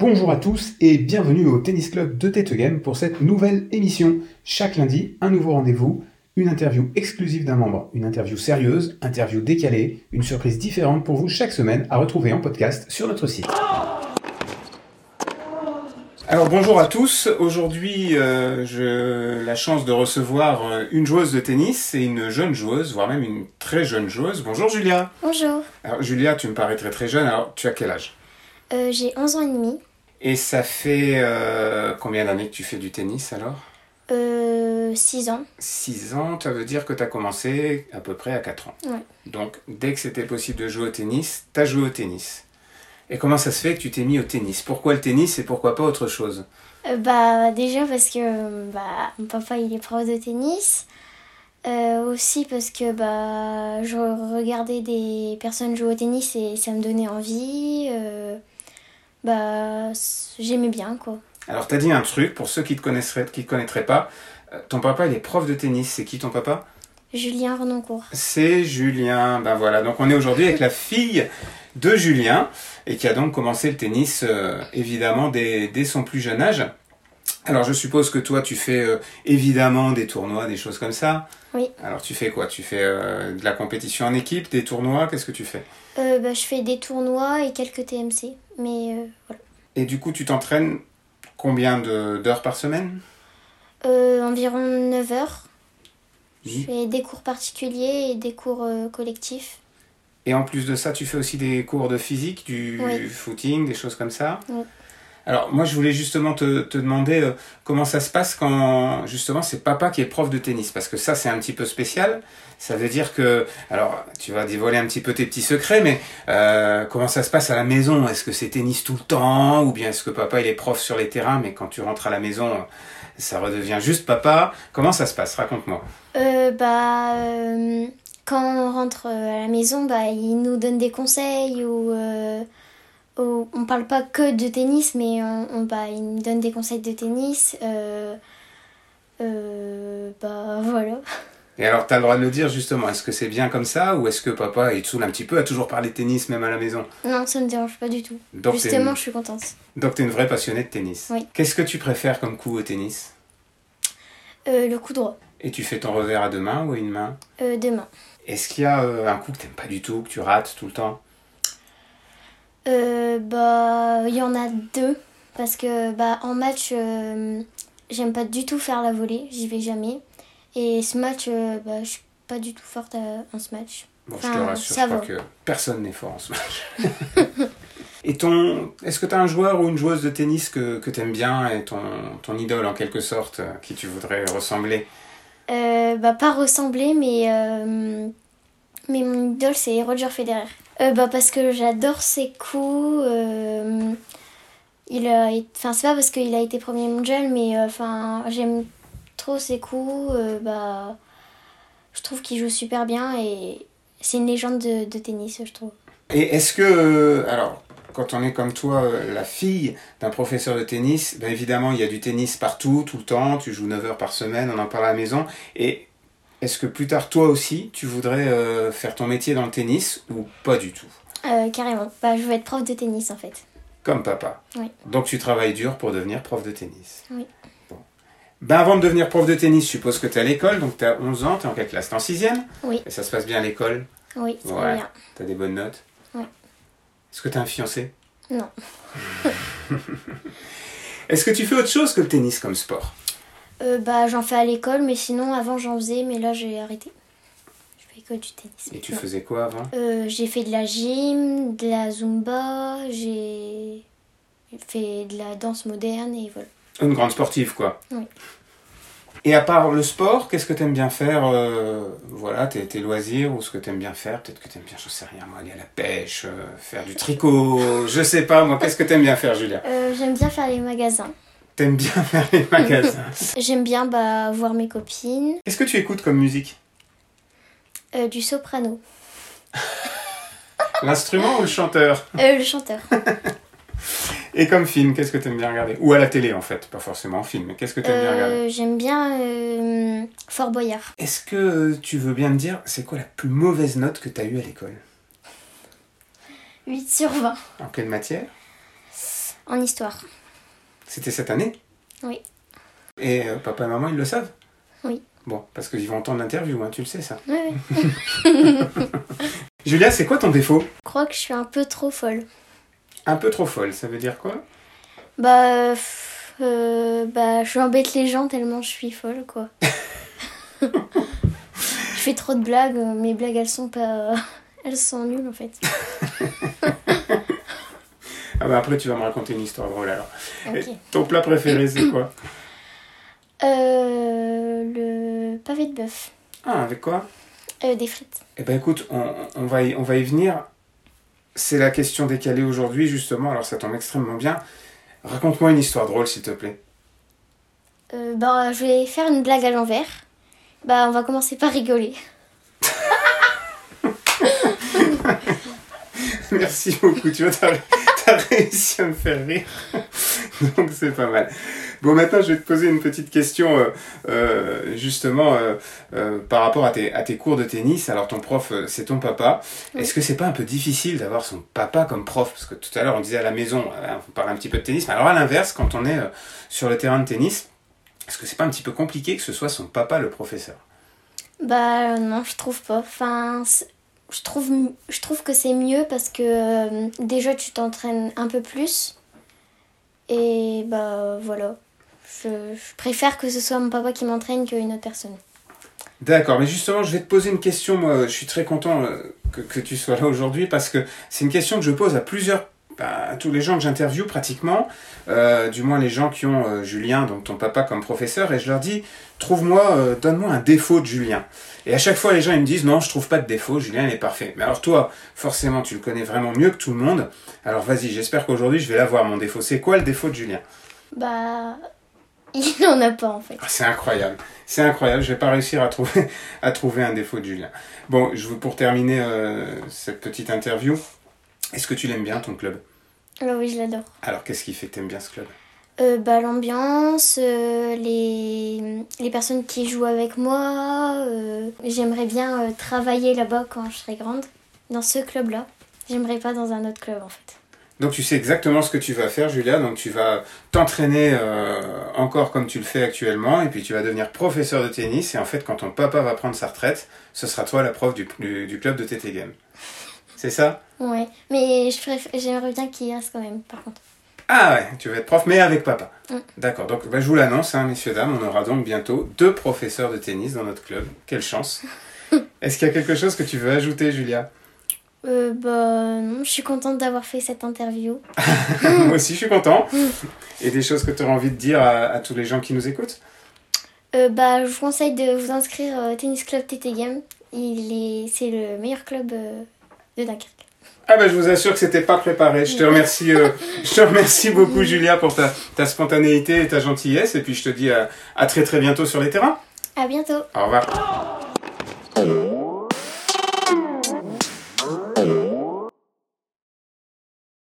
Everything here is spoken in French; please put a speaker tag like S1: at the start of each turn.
S1: Bonjour à tous et bienvenue au Tennis Club de Tête Game pour cette nouvelle émission. Chaque lundi, un nouveau rendez-vous, une interview exclusive d'un membre, une interview sérieuse, interview décalée, une surprise différente pour vous chaque semaine à retrouver en podcast sur notre site. Alors bonjour à tous. Aujourd'hui, euh, j'ai la chance de recevoir euh, une joueuse de tennis et une jeune joueuse, voire même une très jeune joueuse. Bonjour Julia.
S2: Bonjour,
S1: Alors Julia, tu me parais très très jeune. Alors tu as quel âge
S2: Euh, j'ai 11 ans et demi.
S1: Et ça fait euh, combien d'années que tu fais du tennis alors
S2: Euh, 6 ans.
S1: 6 ans, ça veut dire que tu as commencé à peu près à 4 ans.
S2: Ouais.
S1: Donc dès que c'était possible de jouer au tennis, tu as joué au tennis. Et comment ça se fait que tu t'es mis au tennis Pourquoi le tennis et pourquoi pas autre chose
S2: Euh, bah déjà parce que euh, bah, mon papa il est prof de tennis. Euh, aussi parce que bah je regardais des personnes jouer au tennis et ça me donnait envie. Euh, bah c- j'aimais bien quoi.
S1: Alors t'as dit un truc, pour ceux qui ne te connaîtraient, qui te connaîtraient pas, euh, ton papa il est prof de tennis, c'est qui ton papa
S2: Julien Renoncourt.
S1: C'est Julien. Ben voilà, donc on est aujourd'hui avec la fille de Julien et qui a donc commencé le tennis euh, évidemment dès, dès son plus jeune âge. Alors je suppose que toi tu fais euh, évidemment des tournois, des choses comme ça.
S2: Oui.
S1: Alors tu fais quoi Tu fais euh, de la compétition en équipe, des tournois, qu'est-ce que tu fais
S2: Euh, bah, je fais des tournois et quelques TMC. Mais euh, voilà.
S1: Et du coup tu t'entraînes combien de- d'heures par semaine
S2: Euh, environ 9 heures. Je
S1: Mhm.
S2: fais des cours particuliers et des cours euh, collectifs.
S1: Et en plus de ça, tu fais aussi des cours de physique, du
S2: Oui.
S1: footing, des choses comme ça.
S2: Oui.
S1: Alors moi, je voulais justement te, te demander euh, comment ça se passe quand justement c'est papa qui est prof de tennis, parce que ça c'est un petit peu spécial. Ça veut dire que, alors tu vas dévoiler un petit peu tes petits secrets, mais euh, comment ça se passe à la maison Est-ce que c'est tennis tout le temps, ou bien est-ce que papa il est prof sur les terrains, mais quand tu rentres à la maison, euh, ça redevient juste papa Comment ça se passe Raconte-moi.
S2: Euh, bah, euh, quand on rentre euh, à la maison, bah, ils nous donnent des conseils ou euh, ou- on parle pas que de tennis, mais on, on- bah, ils nous donnent des conseils de tennis. euh, euh, bah voilà.
S1: Et alors, t'as le droit de le dire justement, est-ce que c'est bien comme ça ou est-ce que papa, il te saoule un petit peu, a toujours parlé de tennis même à la maison
S2: Non, ça me dérange pas du tout.
S1: Donc, t'es
S2: Justement,
S1: une...
S2: je suis contente.
S1: donc, t'es une vraie passionnée de tennis.
S2: Oui.
S1: Qu'est-ce que tu préfères comme coup au tennis
S2: Euh, le coup droit,
S1: Et tu fais ton revers à deux mains ou à une main
S2: euh, demain.
S1: Est-ce qu'il y a euh, un coup que t'aimes pas du tout, que tu rates tout le temps
S2: Euh, bah, il y en a deux. Parce que, bah, en match, euh, j'aime pas du tout faire la volée, j'y vais jamais. Et ce match, euh, bah, je suis pas du tout forte à- en ce match.
S1: Bon, je te
S2: Enfin,
S1: rassure,
S2: ça
S1: je crois
S2: va.
S1: que personne n'est fort en ce match. et ton... Est-ce que t'as un joueur ou une joueuse de tennis que, que t'aimes bien et ton, ton idole en quelque sorte, euh, qui tu voudrais ressembler
S2: Euh, bah, pas ressembler, mais, euh, mais mon idole, c'est Roger Federer. Euh, bah, parce que j'adore ses coups. euh, il a, été- enfin, c'est pas parce qu'il a été premier mondial, mais euh, enfin, j'aime trop ses coups. euh, bah, je trouve qu'il joue super bien et c'est une légende de, de tennis, je trouve.
S1: Et est-ce que, euh, alors, quand on est comme toi, euh, la fille d'un professeur de tennis, ben évidemment, il y a du tennis partout, tout le temps, tu joues 9 heures par semaine, on en parle à la maison, et est-ce que plus tard, toi aussi, tu voudrais euh, faire ton métier dans le tennis ou pas du tout
S2: Euh, carrément. Bah, je veux être prof de tennis en fait.
S1: Comme papa.
S2: Oui.
S1: Donc tu travailles dur pour devenir prof de tennis.
S2: Oui.
S1: Bon. Ben avant de devenir prof de tennis, je suppose que tu es à l'école, donc tu as 11 ans, tu es en quelle classe T'es en 6
S2: Oui.
S1: Et ça se passe bien à l'école
S2: Oui, très
S1: Ouais.
S2: bien.
S1: T'as des bonnes notes
S2: Ouais.
S1: Est-ce que t'as un fiancé
S2: Non.
S1: Est-ce que tu fais autre chose que le tennis comme sport
S2: Euh, bah, j'en fais à l'école, mais sinon, avant, j'en faisais, mais là, j'ai arrêté. Je fais que du tennis.
S1: Et tu
S2: maintenant.
S1: faisais quoi avant
S2: Euh, J'ai fait de la gym, de la zumba, j'ai fait de la danse moderne et voilà.
S1: Une grande sportive, quoi.
S2: Oui.
S1: Et à part le sport, qu'est-ce que t'aimes bien faire euh, Voilà, tes, tes loisirs ou ce que t'aimes bien faire Peut-être que t'aimes bien, je sais rien, moi, aller à la pêche, euh, faire du tricot, je sais pas, moi, qu'est-ce que t'aimes bien faire, Julia
S2: Euh, J'aime bien faire les magasins.
S1: T'aimes bien faire les magasins.
S2: J'aime bien bah, voir mes copines.
S1: Qu'est-ce que tu écoutes comme musique
S2: Euh, du soprano.
S1: L'instrument ou le chanteur
S2: Euh, le chanteur.
S1: Et comme film, qu'est-ce que t'aimes bien regarder Ou à la télé en fait, pas forcément en film, mais qu'est-ce que t'aimes bien regarder
S2: Euh, J'aime bien euh, Fort Boyard.
S1: Est-ce que euh, tu veux bien me dire, c'est quoi la plus mauvaise note que t'as eue à l'école
S2: 8 sur 20
S1: En quelle matière
S2: en histoire.
S1: C'était cette année
S2: Oui.
S1: Et euh, papa et maman, ils le savent
S2: Oui.
S1: Bon, parce qu'ils vont entendre l'interview, hein, tu le sais ça.
S2: Ouais, ouais.
S1: Julia, c'est quoi ton défaut
S2: Je crois que je suis un peu trop folle.
S1: Un peu trop folle, ça veut dire quoi
S2: Bah, euh, pff, euh, bah je embête les gens tellement je suis folle, quoi. je fais trop de blagues, euh, mes blagues elles sont pas. Elles sont nulles en fait.
S1: Ah bah après, tu vas me raconter une histoire drôle alors.
S2: Ok.
S1: Et ton plat préféré, c'est quoi
S2: Euh, le pavé de bœuf.
S1: Ah, avec quoi
S2: Euh, des frites.
S1: Eh ben écoute, on, on va, y, on va y venir. C'est la question décalée aujourd'hui, justement, alors ça tombe extrêmement bien. Raconte-moi une histoire drôle, s'il te plaît.
S2: Euh, bah, je vais faire une blague à l'envers. Bah, on va commencer par rigoler.
S1: Merci beaucoup, tu vois, t'as, ré- t'as réussi à me faire rire. Donc c'est pas mal. Bon, maintenant, je vais te poser une petite question, euh, euh, justement, euh, euh, par rapport à tes, à tes cours de tennis. Alors, ton prof, euh, c'est ton papa.
S2: Oui.
S1: Est-ce que c'est pas un peu difficile d'avoir son papa comme prof Parce que tout à l'heure, on disait à la maison, euh, on parlait un petit peu de tennis. Mais alors, à l'inverse, quand on est euh, sur le terrain de tennis, est-ce que c'est pas un petit peu compliqué que ce soit son papa le professeur
S2: Bah, euh, non, je trouve pas. Enfin, c'est- je trouve, m- je trouve que c'est mieux parce que euh, déjà tu t'entraînes un peu plus. Et bah, voilà. Je, je préfère que ce soit mon papa qui m'entraîne qu'une autre personne.
S1: D'accord, mais justement, je vais te poser une question. Moi, je suis très content euh, que, que tu sois là aujourd'hui parce que c'est une question que je pose à plusieurs, bah, à tous les gens que j'interviewe pratiquement, euh, du moins les gens qui ont euh, Julien, donc ton papa, comme professeur, et je leur dis trouve-moi, euh, donne-moi un défaut de Julien. Et à chaque fois, les gens ils me disent non, je trouve pas de défaut, Julien il est parfait. Mais alors toi, forcément, tu le connais vraiment mieux que tout le monde. Alors vas-y, j'espère qu'aujourd'hui je vais l'avoir mon défaut. C'est quoi le défaut de Julien
S2: Bah, il n'en a pas en fait.
S1: Ah, C'est incroyable. C'est incroyable. Je vais pas réussir à trouver, à trouver un défaut de Julien. Bon, je veux pour terminer euh, cette petite interview. Est-ce que tu l'aimes bien ton club
S2: Bah, oui, je l'adore.
S1: Alors qu'est-ce qui fait que t'aimes bien ce club
S2: Euh, bah, l'ambiance, euh, les, les personnes qui jouent avec moi. euh, J'aimerais bien euh, travailler là-bas quand je serai grande. Dans ce club-là. J'aimerais pas dans un autre club en fait.
S1: Donc tu sais exactement ce que tu vas faire, Julia. Donc tu vas t'entraîner euh, encore comme tu le fais actuellement, et puis tu vas devenir professeur de tennis. Et en fait, quand ton papa va prendre sa retraite, ce sera toi la prof du, du, du club de TT Game. C'est ça
S2: Ouais, mais je préf- j'aimerais bien qu'il reste quand même, par contre.
S1: Ah ouais, tu vas être prof, mais avec papa.
S2: Mm.
S1: D'accord, donc bah, je vous l'annonce, hein, messieurs, dames, on aura donc bientôt deux professeurs de tennis dans notre club. Quelle chance. Est-ce qu'il y a quelque chose que tu veux ajouter, Julia
S2: Euh, bah, non, je suis contente d'avoir fait cette interview.
S1: Moi aussi, je suis content. Et des choses que tu auras envie de dire à, à tous les gens qui nous écoutent
S2: Euh, bah, je vous conseille de vous inscrire au Tennis Club TT Game. Il est, c'est le meilleur club euh, de Dunkerque.
S1: Ah bah je vous assure que c'était pas préparé. Je te remercie, euh, je te remercie beaucoup, Julia, pour ta, ta euh, spontanéité et ta gentillesse. Et puis je te dis à, à très très bientôt sur les terrains.
S2: À bientôt.
S1: Au revoir.